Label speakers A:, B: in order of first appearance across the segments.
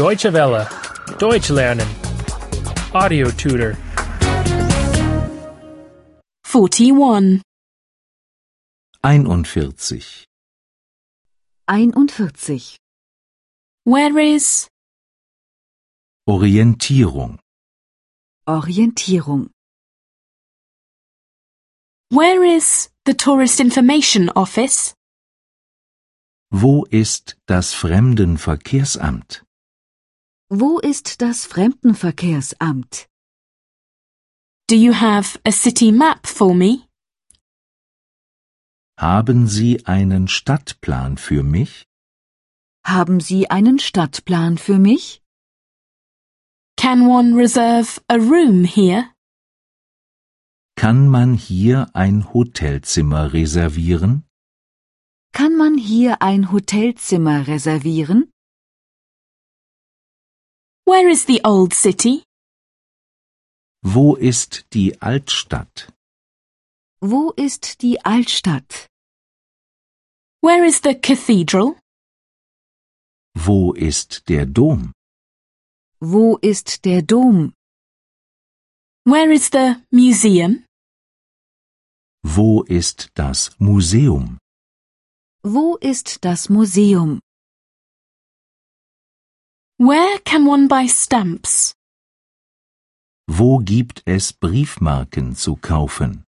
A: Deutsche Welle. Deutsch lernen. Audio tutor.
B: 41.
C: 41.
D: 41.
B: Where is
C: Orientierung.
D: Orientierung.
B: Where is the tourist information office?
C: Wo ist das Fremdenverkehrsamt?
D: Wo ist das Fremdenverkehrsamt?
B: Do you have a city map for me?
C: Haben Sie einen Stadtplan für mich?
D: Haben Sie einen Stadtplan für mich?
B: Can one reserve a room here?
C: Kann man hier ein Hotelzimmer reservieren?
D: Kann man hier ein Hotelzimmer reservieren?
B: Where is the old city?
C: Wo ist die Altstadt?
D: Wo ist die Altstadt?
B: Where is the cathedral?
C: Wo ist der Dom?
D: Wo ist der Dom?
B: Where is the museum?
C: Wo ist das Museum?
D: Wo ist das Museum?
B: Where can one buy stamps?
C: Wo gibt es Briefmarken zu kaufen?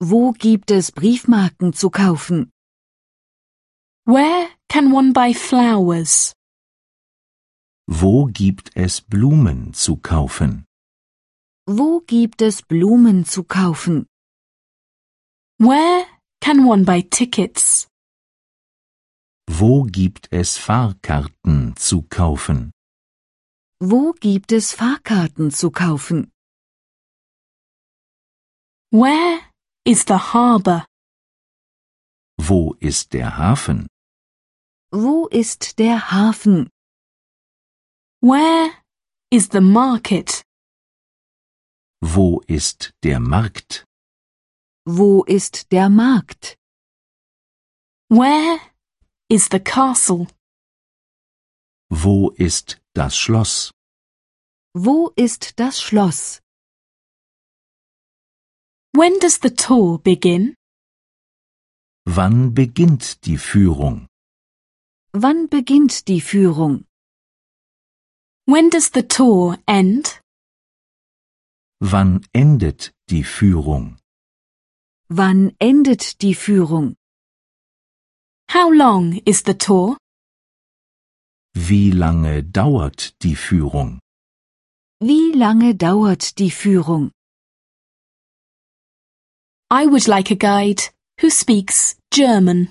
D: Wo gibt es Briefmarken zu kaufen?
B: Where can one buy flowers?
C: Wo gibt es Blumen zu kaufen?
D: Wo gibt es Blumen zu kaufen?
B: Where can one buy tickets?
C: Wo gibt es Fahrkarten zu kaufen?
D: Wo gibt es Fahrkarten zu kaufen?
B: Where is the harbour?
C: Wo ist der Hafen?
D: Wo ist der Hafen?
B: Where is the market?
C: Wo ist der Markt?
D: Wo ist der Markt?
B: Where is the castle?
C: Wo ist das Schloss?
D: Wo ist das Schloss?
B: When does the tour begin?
C: Wann beginnt die Führung?
D: Wann beginnt die Führung?
B: When does the tour end?
C: Wann endet die Führung?
D: Wann endet die Führung?
B: How long is the tour?
C: Wie lange dauert die Führung?
D: Wie lange dauert die Führung?
B: I would like a guide who speaks German.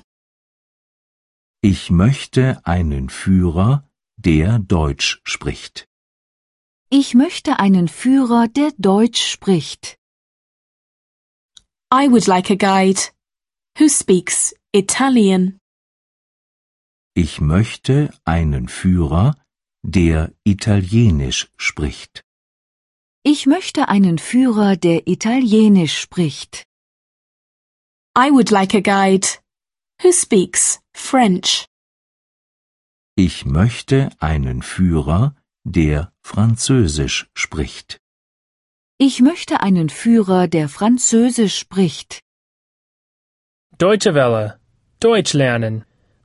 C: Ich möchte einen Führer, der Deutsch spricht.
D: Ich möchte einen Führer, der Deutsch spricht.
B: I would like a guide who speaks Italian.
C: Ich möchte einen Führer, der Italienisch spricht.
D: Ich möchte einen Führer, der Italienisch spricht.
B: I would like a guide who speaks French.
C: Ich möchte einen Führer, der Französisch spricht.
D: Ich möchte einen Führer, der Französisch spricht.
A: Deutsche Welle. Deutsch lernen.